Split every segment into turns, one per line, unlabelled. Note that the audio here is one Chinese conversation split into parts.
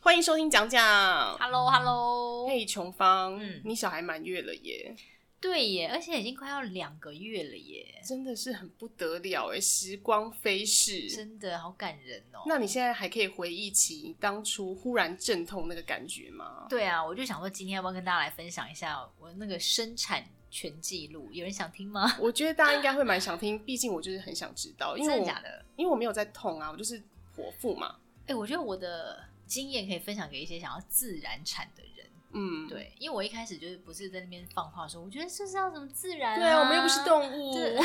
欢迎收听讲讲。
Hello Hello，
嘿，琼芳，
嗯
你小孩满月了耶，
对耶，而且已经快要两个月了耶，
真的是很不得了哎，时光飞逝。
真的好感人哦。
那你现在还可以回忆起你当初忽然阵痛那个感觉吗？
对啊，我就想说今天要不要跟大家来分享一下我那个生产全记录，有人想听吗？
我觉得大家应该会蛮想听，毕竟我就是很想知道， 因
啊真
为
的
我
假的？
因为我没有在痛啊，我就是剖腹嘛，
哎、我觉得我的经验可以分享给一些想要自然产的人。
嗯，
对，因为我一开始就是不是在那边放话说，我觉得就是要怎么自然、
对啊，我们又不是。动物，
对，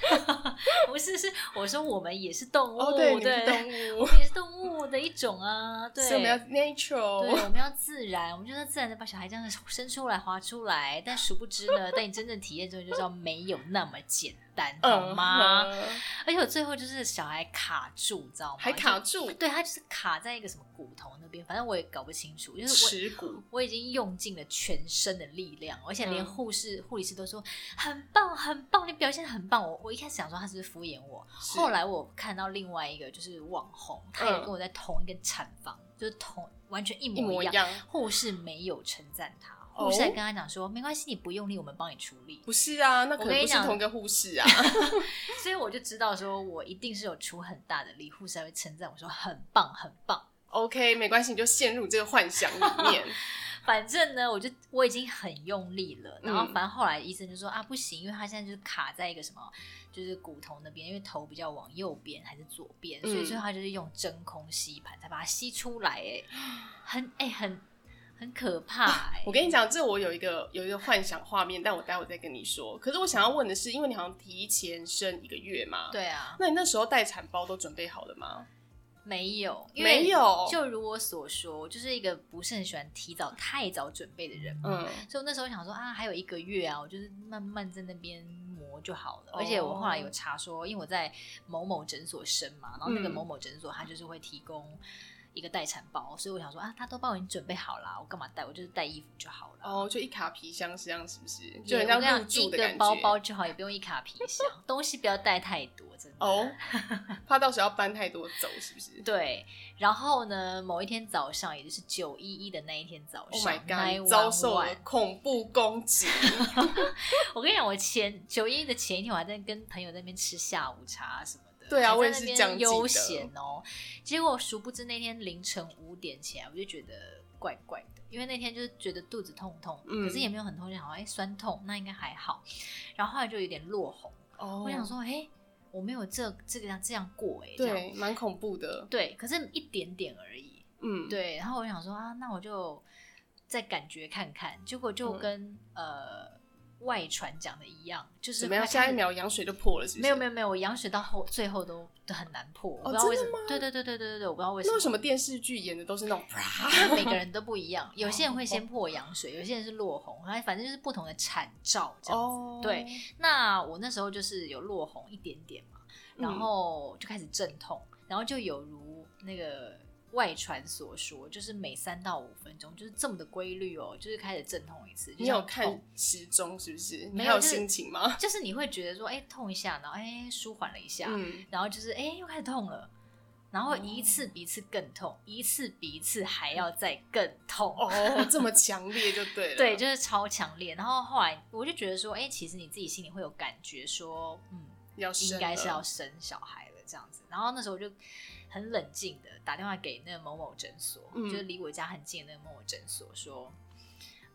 不是，是我说我们也是动物，
哦，对，你是动
我
物，
们也是动物的一种啊。对，
所以我们要
对，
natural，
我们要自然，我们就是自然的把小孩这样生出来、滑出来。但殊不知呢，当你真正体验之后，就知道没有那么简单，好
嗯
吗？
嗯
而且我最后就是小孩卡住，你知道吗？
还卡住
就，对他就是卡在一个什么骨头那边，反正我也搞不清楚，就是我。
耻骨，
我已经用尽了全身的力量，而且连
嗯
护士、护理师都说很棒、很棒，你表现得很棒。我我一开始想说他是不是敷衍我，
是
后来我看到另外一个就是网红，他也
嗯
跟我在同一个产房，就是同完全一
一模
模
一
一样。
样，
护士没有称赞他，
哦
护士还跟他讲说：“没关系，你不用力，我们帮你处理。
不是啊，那可
我
能
跟
不
你
是
讲
同一个护士 啊，”
所以我就知道说，我一定是有出很大的力，护士才会称赞我说很棒，很棒。
OK，没关系，你就陷入这个幻想里面。
嗯反正呢，我就我已经很用力了，然后
嗯
反正后来医生就说啊不行，因为他现在就是卡在一个什么，就是骨头那边，因为头比较往右边还是左边，所以
嗯
最后他就是用真空吸盘才把它吸出来，哎，很哎、很很可怕、哎
啊我跟你讲，这我有一个有一个幻想画面，但我待会再跟你说。可是我想要问的是，因为你好像提前生一个月嘛，，
对啊，
那你那时候待产包都准备好了吗？
没有，因为
没有，
就如我所说，我就是一个不是很喜欢提早太早准备的人嘛，
嗯，
所以我那时候想说啊，还有一个月啊，我就是慢慢在那边磨就好了。
哦
而且我后来有查说，因为我在某某诊所生嘛，然后那个
嗯
某某诊所它就是会提供一个待产包，所以我想说啊，他都帮我已经准备好啦，我干嘛带？我就是带衣服就好了。
哦，就一卡皮箱是这样，是不是？
也
就很
我跟
像
你讲
入住的
一
感
个
觉。
包包就好，也不用一卡皮箱，东西不要带太多，真的。
哦，怕到时候要搬太多走，是不 是？
对，然后呢，某一天早上，也就是九一一的那一天早
Oh
上
my
911
god！遭受了恐怖攻 击，
我跟你讲，我前九一一的前一天，我还在跟朋友在那边吃下午茶什么的。
对啊
还在
我也
那
是
边
这样记得
悠闲哦。结果殊不知那天凌晨五点起来，我就觉得怪怪的，因为那天就是觉得肚子痛痛，
嗯
可是也没有很痛，就想说哎酸痛，那应该还好。然后后来就有点落红，
哦
我想，说哎我没有这这个样这样过哎、这样
对，蛮恐怖的，
对，可是一点点而已。
嗯，，
对，然后我想说啊，那我就再感觉看看，结果就
嗯
跟、呃外传讲的一样，就是
怎么样？
会
下
开
一
始
秒羊水就破了，是不是？
没有没有没有，我羊水到后最后都都很难破，我不
哦
知道为什
真
么。对对对对对对，我不知道为什
那
么。
为什么 电视剧演的都是那种啪？
因为每个人都不一样，有些
哦
人会先破羊水，有些人是落红，然后反正就是不同的产兆这样子。
哦
对，那我那时候就是有落红一点点嘛，然
嗯
后就开始阵痛，然后就有如那个外传所说，就是每三到五分钟，就是这么的规律哦，就是开始阵痛一次。就
你
像
有看
痛？
时钟是不是？你
没有
还有
就是
心情吗？
就是你会觉得说，哎、痛一下，然后哎、舒缓了一下，
嗯，哦
然后就是哎、又开始痛了。然后一次比一次更痛，一次比一次还要再更痛。
嗯哦，这么强烈就对了。
对，就是超强烈。然后后来我就觉得说，哎、其实你自己心里会有感觉说，嗯，
要生
应
了哦
该是要生小孩了这样子。然后那时候我就很冷静的打电话给那个某某诊所，
嗯
就是离我家很近的那个某某诊所，说，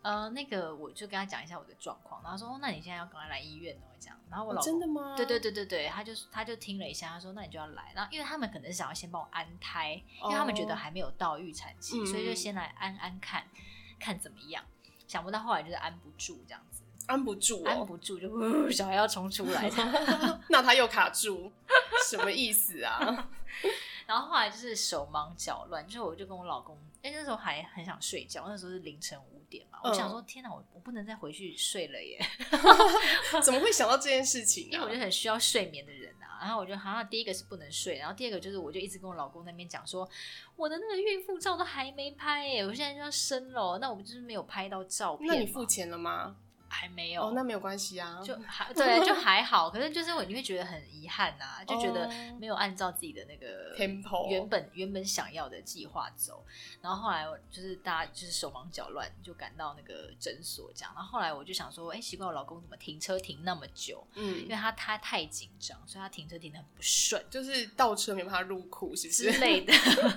呃，那个我就跟他讲一下我的状况，然后说，哦，那你现在要赶快来医院哦，这样。然后我
哦
老公、
真的吗？
对对对对对，他就他就听了一下，他说那你就要来，然后因为他们可能想要先帮我安胎，因为他们觉得
哦
还没有到预产期，
嗯
所以就先来安安看看怎么样。想不到后来就是安不住这样子，
按不住哦，
安不住就、 呜小孩要冲出来这样，
那他又卡住，什么意思啊？
然后后来就是手忙脚乱，就是我就跟我老公，因为那时候还很想睡觉，那时候是凌晨五点嘛，我
嗯
想说天哪，我我不能再回去睡了耶，
怎么会想到这件事情、啊？
因为我就很需要睡眠的人啊。然后我就好像、第一个是不能睡，然后第二个就是我就一直跟我老公那边讲说，我的那个孕妇照都还没拍耶，我现在就要生了哦，那我就是没有拍到照片嘛。
那你付钱了吗？
还没有，
哦，那没有关系啊，
就还对，就还好。可是就是我你会觉得很遗憾呐、就觉得
哦
没有按照自己的那个
Tempo
原本原本想要的计划走。然后后来我就是大家就是手忙脚乱，就赶到那个诊所这样。然后后来我就想说，哎、奇怪，我老公怎么停车停那么久？因为
嗯，
他他太紧张，所以他停车停的很不顺。
就是倒车没办法入库，是不
之
是？
类的。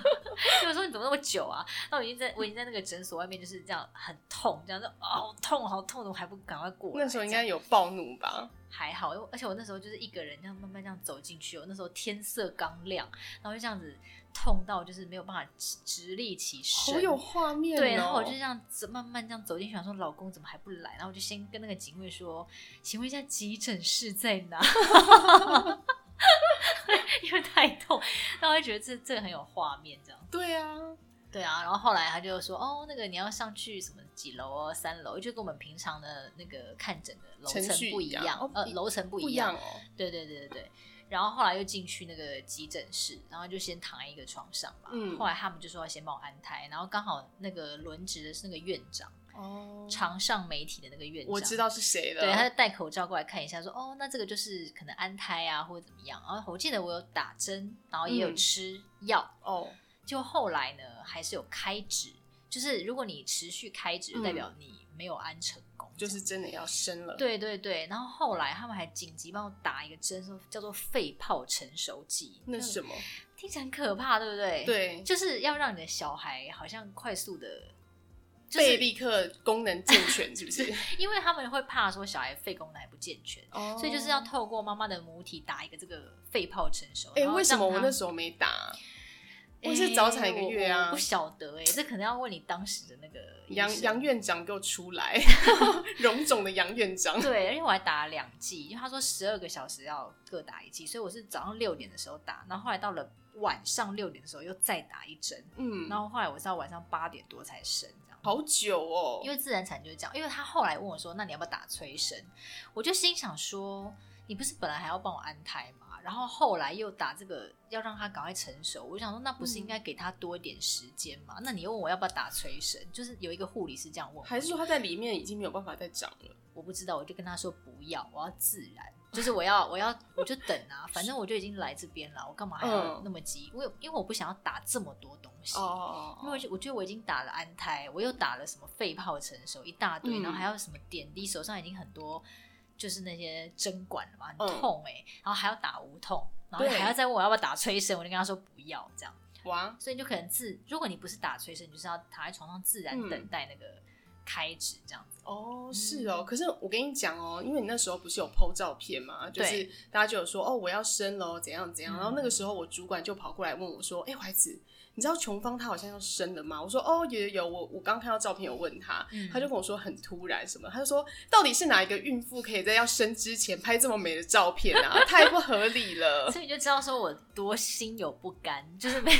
就说你怎么那么久啊？那我已经在我已经在那个诊所外面就是这样很痛，这样就哦好痛好痛的，我还不赶快过来。
那时候应
这样
该有暴怒吧？
还好，因为而且我那时候就是一个人这样慢慢这样走进去，我那时候天色刚亮，然后就这样子痛到就是没有办法直直立起身。
好有画面、哦，
对，然后我就这样子慢慢这样走进去，想说老公怎么还不来？然后我就先跟那个警卫说：“请问一下急诊室在哪？” 因为太痛，然后我就觉得这这个很有画面，这样
对啊，
对啊。然后后来他就说：“哦，那个你要上去什么几楼哦，三楼，就跟我们平常的那个看诊的楼
程序
层不
一
一
样
样，
哦
呃，
不一
楼层不
不
一
一
样
样，哦。
对对对对对。然后后来又进去那个急诊室，然后就先躺在一个床上嘛。
嗯
后来他们就说要先帮我安胎，然后刚好那个轮值的是那个院长，
哦，
长上媒体的那个院长，
我知。道是谁了。
对，他就戴口罩过来看一下，说：“哦，那这个就是可能安胎啊，或者怎么样。”然后我记得我有打针，然后也有
嗯
吃药，
哦，
就后来呢还是有开指，就是如果你持续开指，就代表你没有安成功，
嗯就
这样
是真的要生了。，
对对对，然后后
嗯
来他们还紧急帮我打一个针，说叫做肺泡成熟剂。
那
嗯
是什么？
听起来很可怕，对不对？，
对，
就是要让你的小孩好像快速的，就
贝
是
利克功能健全是不 是？
因为他们会怕说小孩肺功能还不健全，
哦
所以就是要。透过妈妈的母体打一个这个肺泡成熟。
哎、
然后
为什么
让
我
他
那时候没打？
哎
我是早产一个
我
月
我
啊
不。晓得哎、这可能要问你当时的那个医
杨
生
杨院长给我出来， 荣总的杨院 长。
对，而且我还打了两剂，因为他说十二个小时要各打一剂，所以我是早上六点的时候打，然后后来到了晚上六点的时候又再打一针，
嗯，
然后后来我是到晚上八点多才生这样。
好久哦，
因为自然产就是这样，因为他后来问我说：“那你要不要打催生？”我就心想说：“你不是本来还要帮我安胎吗？然后后来又打这个，要让他赶快成熟。”我就想说：“那不
嗯
是应该给他多一点时间吗？那你又问我要不要打催生？就是有一个护理师这样问我，
还是说他在里面已经没有办法再长了？
我不知道，我就跟他说不要，我要自然，就是我要我要我就等 啊，反正我就已经来这边了，我干嘛还要
嗯
那么急？因为因为我不想要打这么多东西，
哦哦
因
哦，
为我就我觉得我已经打了安胎，我又打了什么肺泡成熟一大堆，
嗯
然后还有什么点滴，手上已经很多就是那些针管了嘛，很
嗯
痛哎、然后还要打无痛，然后
对
还要再问我要不要打催生，我就跟他说不要这样，
哇，
所以你就可能自如果你不是打催生，你就是要躺在床上自然
嗯
等待那个开指这样子，
哦，是
嗯
哦，可是我跟你讲哦，因为你那时候不是有 PO 照片嘛，就是
对
大家就有说哦，我要生喽，怎样怎样。
嗯
然后那个时候我主管就跑过来问我说，哎、怀子，你知道琼芳她好像要生了吗？我说哦，有有有，我我刚看到照片有问她，
嗯
她就跟我说很突然什么，她就说到底是哪一个孕妇可以在要生之前拍这么美的照片啊？太不合理 了。
所以你就知道说我多心有不甘，就 是没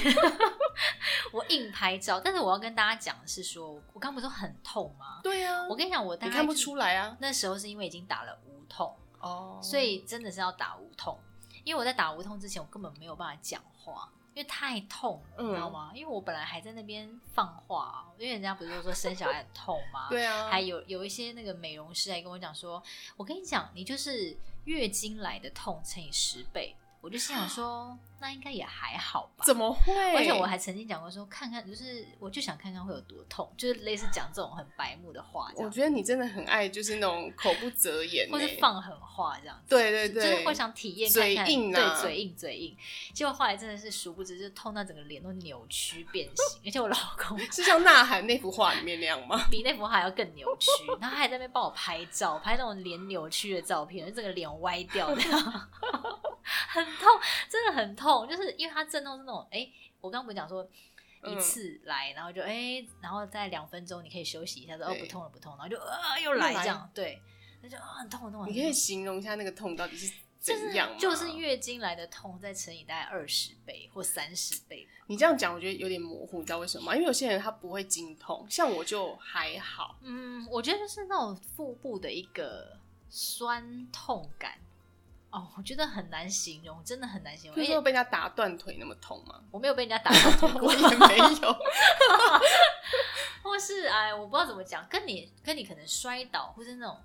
我硬拍照。但是我要跟大家讲的是说，我刚不是说很痛吗？
对啊，
我跟你讲，我大
你
概
看不
就是
出来啊。
那时候是因为已经打了无痛，
哦，
所以真的是要打无痛。因为我在打无痛之前，我根本没有办法讲话，因为太痛了，你知道
嗯
吗？因为我本来还在那边放话，因为人家不是都说生小孩很痛吗？
对啊，
还有有一些那个美容师还跟我讲说，我跟你讲，你就是月经来的痛乘以十倍。我就心想说，那应该也还好吧。
怎么会？
而且我还曾经讲过说，看看就是我就想看看会有多痛，就是类似讲这种很白目的话，这
我
样，
觉得你真的很爱，就是那种口不择言、欸，
或是放狠话这样子。
对对
就
对，
是会想体验看看，
嘴硬啊
对，嘴硬嘴硬。结果后来真的是殊不知，就是痛到整个脸都扭曲变形，而且我老公
是像《呐喊》那幅画里面那样吗？
比那幅画还要更扭曲，然后他还在那边帮我拍照，拍那种脸扭曲的照片，就整个脸歪掉的， 很痛，真的很痛，就是因为它阵痛是那种，哎、我刚刚不是讲说。
嗯
一次来，然后就哎、然后在两分钟你可以休息一下，说哦
对
不痛了不痛了，然后就呃又来
又来
这样，对，那就啊、很痛很痛，很
你
痛
可以形容一下那个痛到底是
就是
怎样吗？啊
就是月经来的痛再乘以大概二十倍或三十倍吧，
你这样讲，我觉得有点模糊，你知道为什么吗？因为有些人他不会经痛，像我就还好。
嗯，我觉得就是那种腹部的一个酸痛感。哦，我觉得很难形容，真的很难形容。
比如
因
说
为
被人家打断腿那么痛 吗？
我没有被人家打到
我
过，
也没有。
或是哎，我不知道怎么讲，跟你跟你可能摔倒，或是那种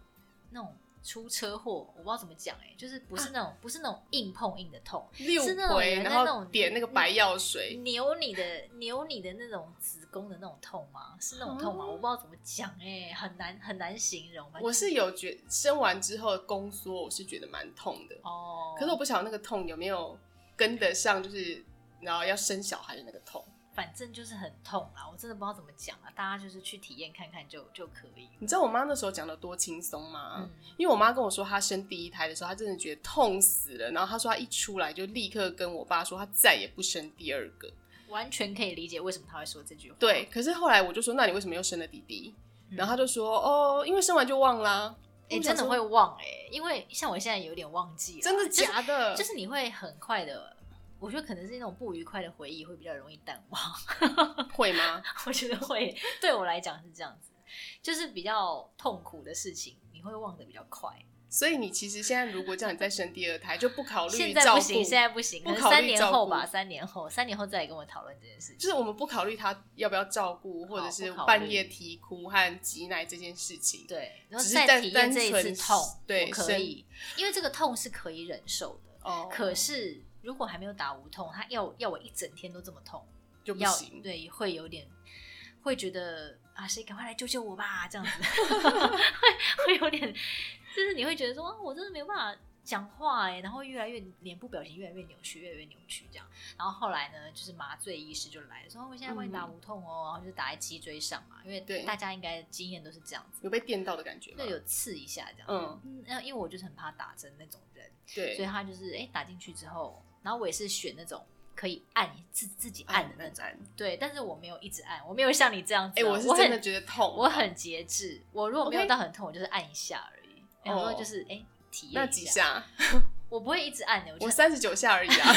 那种出车祸，我不知道怎么讲哎、就是不是那种、不是那种硬碰硬的痛，
六
是那种
回，
人在
然
那
后
种
点那个白药水，
扭你的扭你的那种子宫的那种痛吗？是那种痛吗？
哦
我不知道怎么讲哎、很难很难形容。反正
我是有觉生完之后宫缩，我是觉得蛮痛的，
哦，
可是我不晓得那个痛有没有跟得上，就是然后要生小孩的那个痛。
反正就是很痛啦，我真的不知道怎么讲啊，大家就是去体验看看就就可以。
你知道我妈那时候讲的多轻松吗？
嗯，
因为我妈跟我说，她生第一胎的时候，她真的觉得痛死了。然后她说，她一出来就立刻跟我爸说，她再也不生第二个。
完全可以理解为什么他会说这句话。
对，，可是后来我就说，那你为什么又生了弟弟？
嗯
然后她就说，哦，因为生完就忘啦。
哎、
我想
真的
说
会忘哎、因为像我现在有点忘记了，
真的
就是
假的？
就是你会很快的，我觉得可能是那种不愉快的回忆会比较容易淡忘。
会吗？
我觉得会对我来讲是这样子，就是比较痛苦的事情，你会忘得比较快。
所以你其实现在如果叫你再生第二胎，就不考虑
现在
照
不
顾，
行，现在不行，
不
可能
考虑
三年后吧，
照
三年后，三年后再来跟我讨论这件事
就
情。
是我们不考虑他要不要照顾，或者是
哦不考虑
半夜啼哭和挤奶这件事情。
对，然后
只是
再
单
体验这一次
单纯
痛，
对
我可以，因为这个痛是可以忍受的。
哦，
可是如果还没有打无痛，他要要我一整天都这么痛，
就不
要
行。
对，会有点会觉得啊，谁赶快来救救我吧， 这样子会会有点，就是你会觉得说，啊我真的没有办法讲话哎，然后越来越脸部表情越来越扭曲，越来越扭曲这样。然后后来呢，就是麻醉医师就来了，说啊我现在帮你打无痛哦，然后就打在脊椎上嘛，因为
嗯对
大家应该经验都是这样子，
有被电到的感觉吗
对，？有刺一下这样。
嗯
嗯，那因为我就是很怕打针那种人，所以
对，
他就是哎、打进去之后，然后我也是选那种可以按自自己按的那种。
按。
对，但是我没有一直按，我没有像你这样子
哎，
哦、
我
我
是真的
很
觉得痛，啊
我很节制。我如果没有
OK
到很痛，我就是按一下而已。然后
哦
就是哎、体验
那
一
几
下，
下，
我不会一直按的，啊我就
我
是
三十九下而已 啊。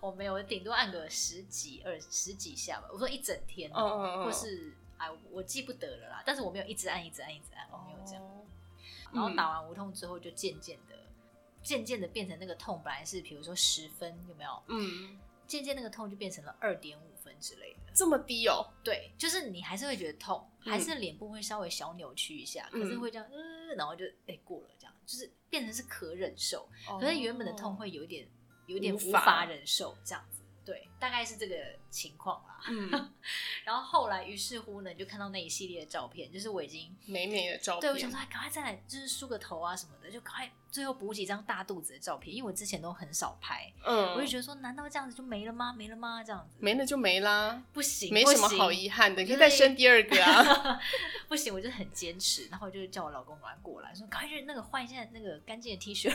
我没有，我顶多按个十几二十几下吧。我说一整天
嗯
哦、
嗯嗯，
或是哎，我记不得了啦。但是我没有一直按，一直按，一直按，我没有这样。
哦
然后
嗯
打完无痛之后，就渐渐的。渐渐的变成那个痛，本来是比如说十分，有没有？
嗯，
渐渐那个痛就变成了二点五分之类的。
这么低哦，
对，就是你还是会觉得痛，
嗯
还是脸部会稍微小扭曲一下，
嗯
可是会这样，嗯，然后就哎、过了，这样就是变成是可忍受，
哦
可是原本的痛，会有一点有一点
无
无
法
法忍受这样子，对，大概是这个情况啦。
嗯，
然后后来于是乎呢，你就看到那一系列的照片，就是我已经
美美的照片。
对我想说，哎赶快再来，就是梳个头啊什么的，就赶快最后补几张大肚子的照片，因为我之前都很少拍，
嗯，
我就觉得说，难道这样子就没了吗？没了吗？这样子
没了就没啦，
不行，
没
不
什么
行
好遗憾的，你可以
对
再生第二个 啊。
不行，我就是很坚持，然后我就叫我老公赶快过来，说赶快去那个换一下那个干净的 T 恤，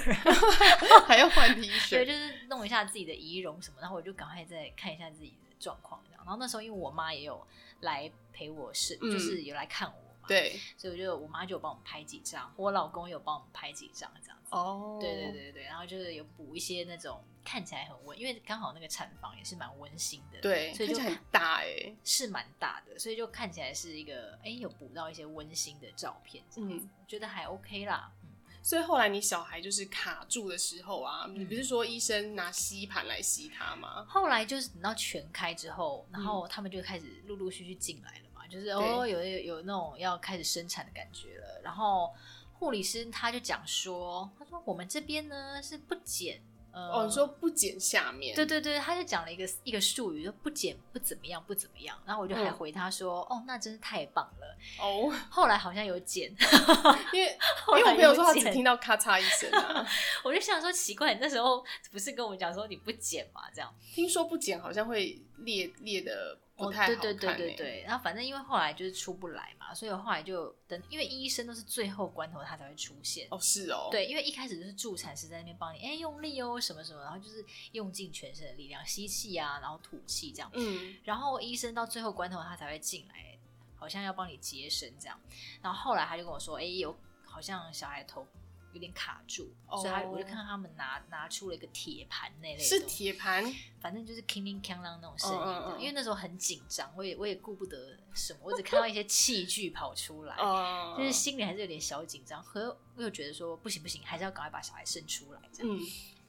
还要换 T
对，
恤，
就是弄一下自己的仪容什么，然后我就赶快再看一下自己的状况这样。然后那时候因为我妈也有来陪我是，
嗯
就是有来看我嘛，，
对，
所以我就我妈就有帮我们拍几张，我老公有帮我们拍几张这样子。
哦
对对，对对，然后就是有补一些那种看起来很温，因为刚好那个产房也是蛮温馨的，
对，
所以
看
就
起来很大哎，
是蛮大的，所以就看起来是一个哎有补到一些温馨的照片这样子，
嗯
觉得还 OK 啦，嗯。
所以后来你小孩就是卡住的时候啊，你
嗯
不是说医生拿吸盘来吸他吗？
后来就是等到全开之后，
嗯
然后他们就开始陆陆续续进来了嘛，就是哦，有有有那种要开始生产的感觉了。然后护理师他就讲说，他说我们这边呢是不减，呃，
哦，你说不剪下面，
对对对，他就讲了一个一个术语，就不减不怎么样不怎么样。然后我就还
嗯
回他说，哦，那真是太棒了。
哦，
后来好像有减，
因为
后
因为我
来
朋友
有
说他只
减
听到咔嚓一声啊，
我就想说奇怪，你那时候不是跟我讲说你不减嘛？这样。
听说不剪好像会裂裂的不太好看、欸
哦。对对对对对，然后反正因为后来就是出不来嘛，所以我后来就等，因为医生都是最后关头他才会出现。
哦是哦，，
对，因为一开始就是助产师在那边帮你，哎，用力哦，什么什么，然后就是用尽全身的力量吸气啊，然后吐气这样。
嗯，
然后医生到最后关头他才会进来，好像要帮你接生这样。然后后来他就跟我说，哎，有好像小孩头有点卡住，
哦
所以他我就看到他们拿拿出了一个铁盘那类的
是
东西
铁盘，
反正就是铿铿锵啷那种声音
嗯嗯嗯
因为那时候很紧张，我也我也顾不得什么，我只看到一些器具跑出来，
哦、
就是心里还是有点小紧张。可我又觉得说不行不行，还是要赶快把小孩生出来这样。
嗯，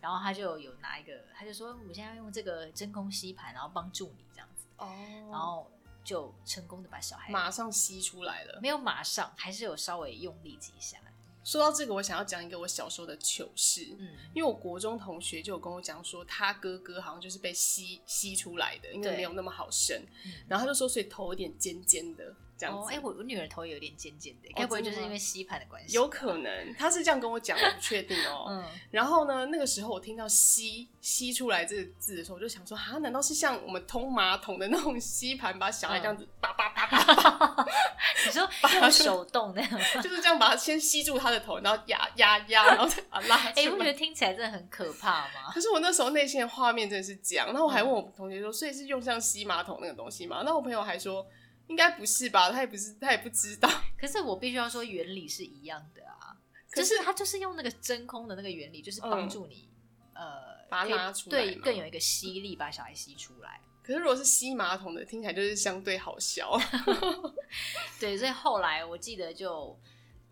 然后他就有拿一个，他就说我现在要用这个真空吸盘，然后帮助你这样子，
哦，
然后就成功的把小孩
马上吸出来了，
没有马上，还是有稍微用力几下。
说到这个，我想要讲一个我小时候的糗事。
嗯，
因为我国中同学就有跟我讲说，他哥哥好像就是被吸吸出来的，因为
对
没有那么好生
嗯。
然后他就说，所以头有点尖尖的这样
哦，
子。哦
哎、我我女儿头也有点尖尖的，该不会
真
就
的
是
吗
因为吸盘的关系？
有可能他是这样跟我讲，我不确定 哦、
嗯，
然后呢，那个时候我听到“吸”吸出来这个字的时候，我就想说，哈，难道是像我们通马桶的那种吸盘，把小孩这样
嗯
子叭叭叭叭，
你 说用手动那样吗？
就是这样把它先吸住他的头，然后压压压，然后再把它拉
哎、你
出
不觉
来。
得听起来真的很可怕吗？
可是我那时候内心的画面真的是这样，然后我
嗯
还问我同学说，所以是用像吸马桶那个东西吗？那我朋友还说，应该不是吧，他也不是，他也不知道。
可是我必须要说，原理是一样的啊，
可
就是是它就是用那个真空的那个原理，就是帮助你、呃，
嗯把它
可以
拉出来
对，
嘛
更有一个吸力把小孩吸出来。
可是如果是吸马桶的，听起来就是相对好笑。
对，所以后来我记得就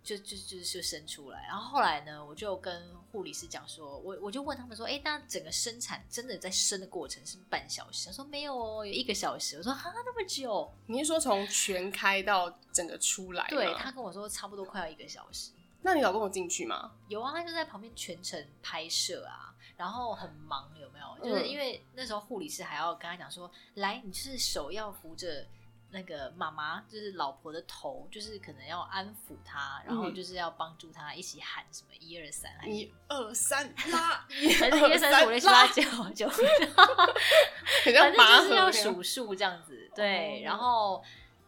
就就就就生出来，然后后来呢，我就跟护理师讲说，我我就问他们说，哎，那整个生产真的在生的过程是半小时？他说没有哦，有一个小时。我说哈，那么久？
你是说从全开到整个出来吗？
对他跟我说差不多快要一个小时。
那你老公有进去吗？
有啊，他就在旁边全程拍摄啊，然后很忙，有没有？
嗯
就是因为那时候护理师还要跟他讲说，来，你就是手要扶着那个妈妈，就是老婆的头，就是可能要安抚她，然后就是要帮助她一起喊什么一二三，还是
一二三 拉，
还是一二三四五六七八九九，
很像
反
拔河
正就是
那
要
样。
数数这样子。
哦
对，然后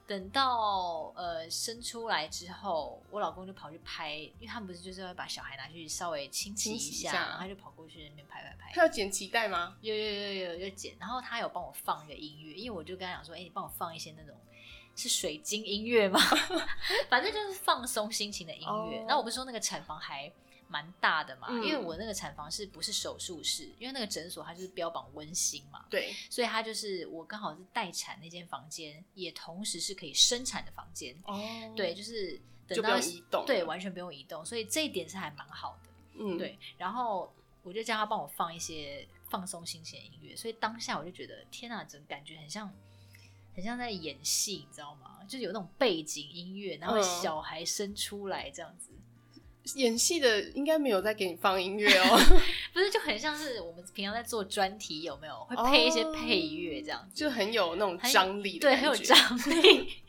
等到呃生出来之后，我老公就跑去拍，因为他们不是就是要把小孩拿去稍微清洗一
清洗一
下，
下
然后他就跑过去那边拍拍拍。
他要剪脐带吗？
有有有有有剪，然后他有帮我放一个音乐，因为我就跟他讲说，哎、你帮我放一些那种是水晶音乐吗？ 反正就是放松心情的音乐
哦。
那、我不是说那个产房还蛮大的嘛，
嗯
因为我那个产房是不是手术室？因为那个诊所它就是标榜温馨嘛，
对，
所以它就是我刚好是待产那间房间，也同时是可以生产的房间。
哦
对，，就是等
就不
到
用移动。
对，完全不用移动，所以这一点是还蛮好的。
嗯，
对，然后我就叫他帮我放一些放松心情的音乐，所以当下我就觉得天啊，整感觉很像很像在演戏，你知道吗？就是有那种背景音乐，然后
嗯
小孩生出来这样子，
演戏的应该没有在给你放音乐 哦，
不是就很像是我们平常在做专题有没有会配一些
哦
配乐这样子，
就很有那种张力的
对，
感
很
觉，
有张 力。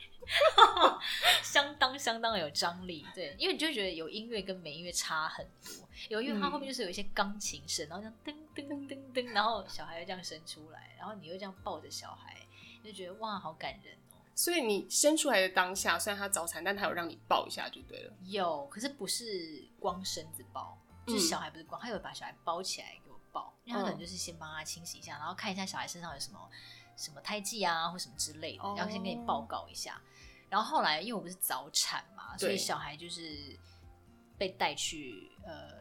相当相当有张力，对，因为你就会觉得有音乐跟没音乐差很多，有音乐它
嗯
后面就是有一些钢琴声，然后这样噔噔噔噔噔，然后小孩又这样生出来，然后你又这样抱着小孩，你就觉得哇，好感人哦。
所以你生出来的当下，虽然他早产，但他有让你抱一下就对了。
有，可是不是光身子抱，
嗯
就是小孩不是光，他有把小孩包起来给我抱，因为他可能就是先帮他清洗一下，然后看一下小孩身上有什么什么胎记啊或什么之类的
哦，
然后先给你报告一下。然后后来因为我不是早产嘛，所以
对
小孩就是被带去呃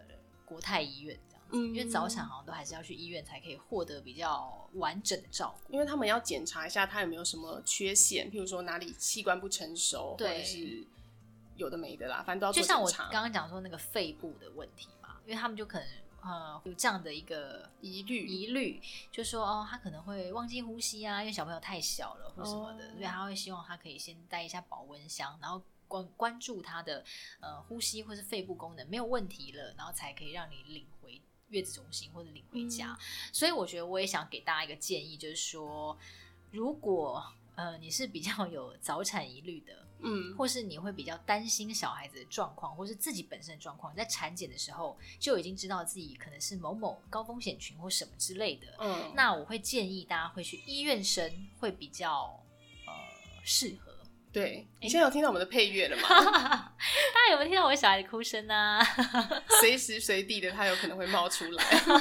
国泰医院这样子，
嗯
因为早产好像都还是要去医院才可以获得比较完整的照顾。
因为他们要检查一下他有没有什么缺陷，譬如说哪里器官不成熟，或
对
者是有的没的啦，反正都要做
就像我
检查
刚刚讲说那个肺部的问题嘛，因为他们就可能呃有这样的一个
疑虑
疑虑，就说哦，他可能会忘记呼吸啊，因为小朋友太小了或什么的，
哦
所以他会希望他可以先带一下保温箱，然后关关注他的呃呼吸或是肺部功能没有问题了，然后才可以让你领回月子中心或者领回家。
嗯
所以我觉得我也想给大家一个建议，就是说，如果呃你是比较有早产疑虑的，
嗯，
或是你会比较担心小孩子的状况，或是自己本身的状况，在产检的时候就已经知道自己可能是某某高风险群或什么之类的，
嗯，
那我会建议大家会去医院生会比较呃适合。
对，你现在有听到我们的配乐了吗？
大家有没有听到我小孩的哭声啊？
随时随地的，他有可能会冒出来。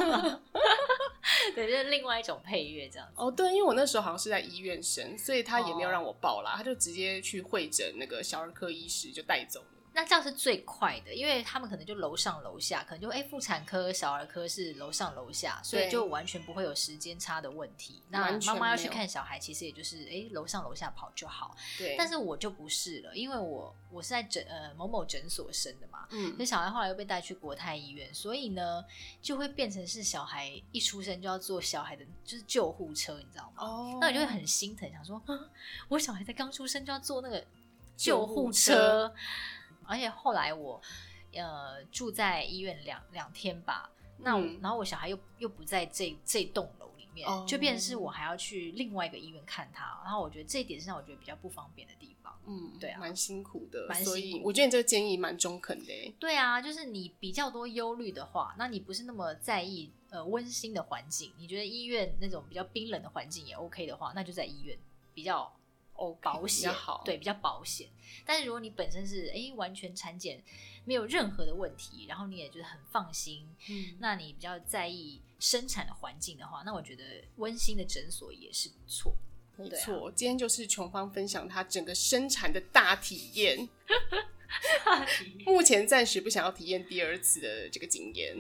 对，就是另外一种配乐这样子。
哦，对，因为我那时候好像是在医院生，所以他也没有
哦
让我抱啦，他就直接去会诊那个小儿科医师就带走了。
那这样是最快的，因为他们可能就楼上楼下，可能就哎妇产科、小儿科是楼上楼下，所以
对
就完全不会有时间差的问题。那
完全
妈妈要
没
去
有
看小孩，其实也就是哎楼上楼下跑就好。
对，
但
是
是我就不是了，因为我我是在诊呃某某诊所生的嘛，所以
嗯，
小孩后来又被带去国泰医院，所以呢就会变成是小孩一出生就要坐小孩的就是救护车，你知道吗？
哦
那我就会很心疼，想说啊我小孩才刚出生就要坐那个
救
救
护
护
车
车，而且后来我。呃住在医院两两天吧，那我、
嗯
然后我小孩又又不在这这栋楼里面，
哦
就变成是我还要去另外一个医院看他，然后我觉得这一点是让我觉得比较不方便的地方。
嗯，
对啊
蛮辛苦的，
蛮辛苦
所以我觉得你这个建议蛮中肯的欸。
对啊，就是你比较多忧虑的话，那你不是那么在意呃温馨的环境，你觉得医院那种比较冰冷的环境也 OK 的话，那就在医院比较
哦，
保险，
好，
对，比较保险。但是如果你本身是诶完全产检没有任何的问题，然后你也觉得很放心，
嗯，
那你比较在意生产的环境的话，那我觉得温馨的诊所也是不错。
没
对啊
错。今天就是琼芳分享她整个生产的大体 验，目前暂时不想要体验第二次的这个经验。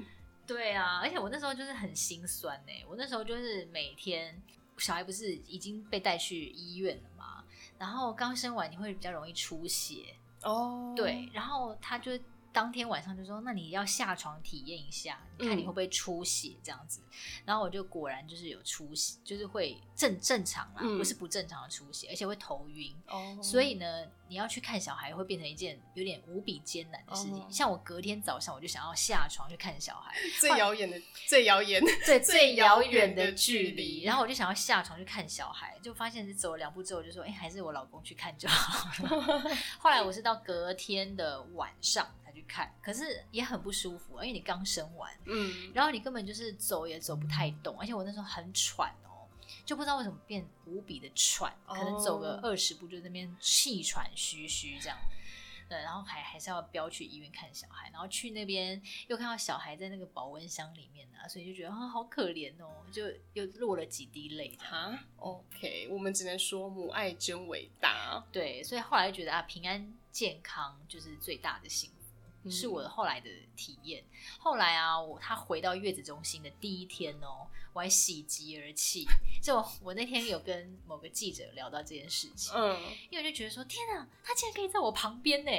对啊，而且我那时候就是很心酸呢、我那时候就是每天小孩不是已经被带去医院了嘛，然后刚生完你会比较容易出血，
哦，
对，，然后他就当天晚上就说：“那你要下床体验一下，你看你
嗯
会不会出血这样子。然后我就果然就是有出血，就是会正正常啦，
嗯
不是不正常的出血，而且会头晕。
哦，
所以呢，你要去看小孩会变成一件有点无比艰难的事情。
哦
像我隔天早上我就想要下床去看小孩，
最遥远的最遥远，
对
最
最
遥
遥
远
远
的
的
距
距
离
离，然后我就想要下床去看小孩，就发现走了两步之后，我就说，哎、还是我老公去看就好了。 后来我是到隔天的晚上才去看，可是也很不舒服，因为你刚生完，
嗯，
然后你根本就是走也走不太动，而且我那时候很喘哦，就不知道为什么变无比的喘，
哦
可能走个二十步就在那边气喘吁吁这样。对，然后还还是要飙去医院看小孩，然后去那边又看到小孩在那个保温箱里面啊，所以就觉得啊好可怜哦，就又落了几滴泪这样。
哈，OK，我们只能说母爱真伟大，
对，所以后来就觉得啊，平安健康就是最大的幸福，
嗯
是我后来的体验。后来啊，我他回到月子中心的第一天哦，我还喜极而泣。就我那天有跟某个记者聊到这件事情，
嗯，
因为我就觉得说，天啊，他竟然可以在我旁边呢！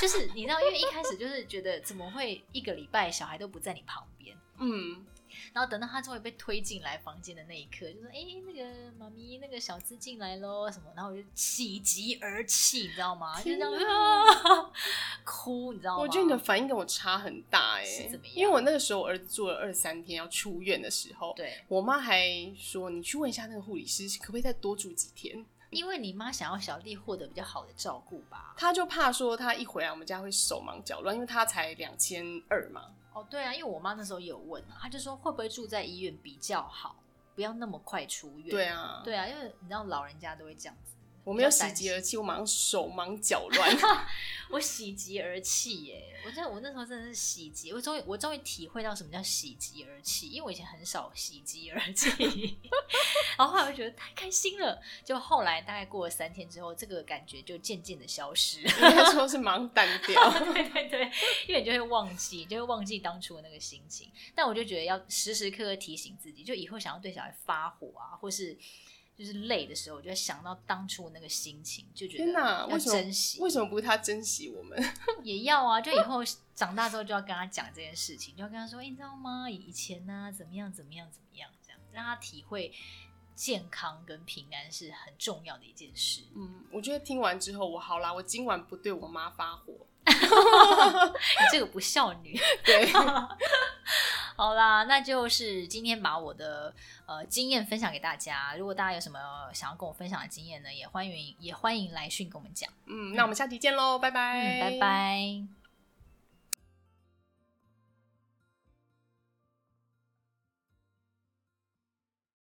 就是你知道，因为一开始就是觉得怎么会一个礼拜小孩都不在你旁边，
嗯，
然后等到他终于被推进来房间的那一刻，就说：“哎、那个妈咪，那个小资进来喽，什么？”然后我就喜极而泣，你知道吗？就这
天哪
样啊，哭，你知道吗？
我觉得你的反应跟我差很大哎、
是怎么样
因为我那个时候我儿子住了二三天要出院的时候，
对，
我妈还说你去问一下那个护理师，可不可以再多住几天？
因为你妈想要小弟获得比较好的照顾吧？
她就怕说她一回来我们家会手忙脚乱，因为她才两千二嘛，
哦，对啊，因为我妈那时候也有问啊，她就说会不会住在医院比较好，不要那么快出院。
对啊，
对啊，因为你知道老人家都会这样子。
我没有
比较
喜
担
极
心
而泣，我马上手忙脚 乱，
我喜极而泣耶！我真的，我那时候真的是喜极，我终于我终于体会到什么叫喜极而泣，因为我以前很少喜极而泣， 然后后来我就觉得太开心了。就后来大概过了三天之后，这个感觉就渐渐的消失。
应该说是忙淡掉。
对对对，因为你就会忘记，你就会忘记当初的那个心情。但我就觉得要时时刻刻提醒自己，就以后想要对小孩发火啊，或是就是累的时候，我就会想到当初那个心情，就觉
天
得
哪
要
为什么
珍惜。
为什么不是他珍惜我们？
也要啊，就以后长大之后就要跟他讲这件事情，就要跟他说，欸、你知道吗？以前呢、怎么样怎么样怎么样，这样让他体会健康跟平安是很重要的一件事。 你
嗯，我觉得听完之后，我好啦，我今晚不对我妈发火。
这个不孝女。
对，
好啦，那就是今天把我的呃经验分享给大家。如果大家有什么想要跟我分享的经验呢，也欢迎也欢迎来讯跟我们讲。
嗯，那我们下期见喽，拜拜，
嗯，拜拜。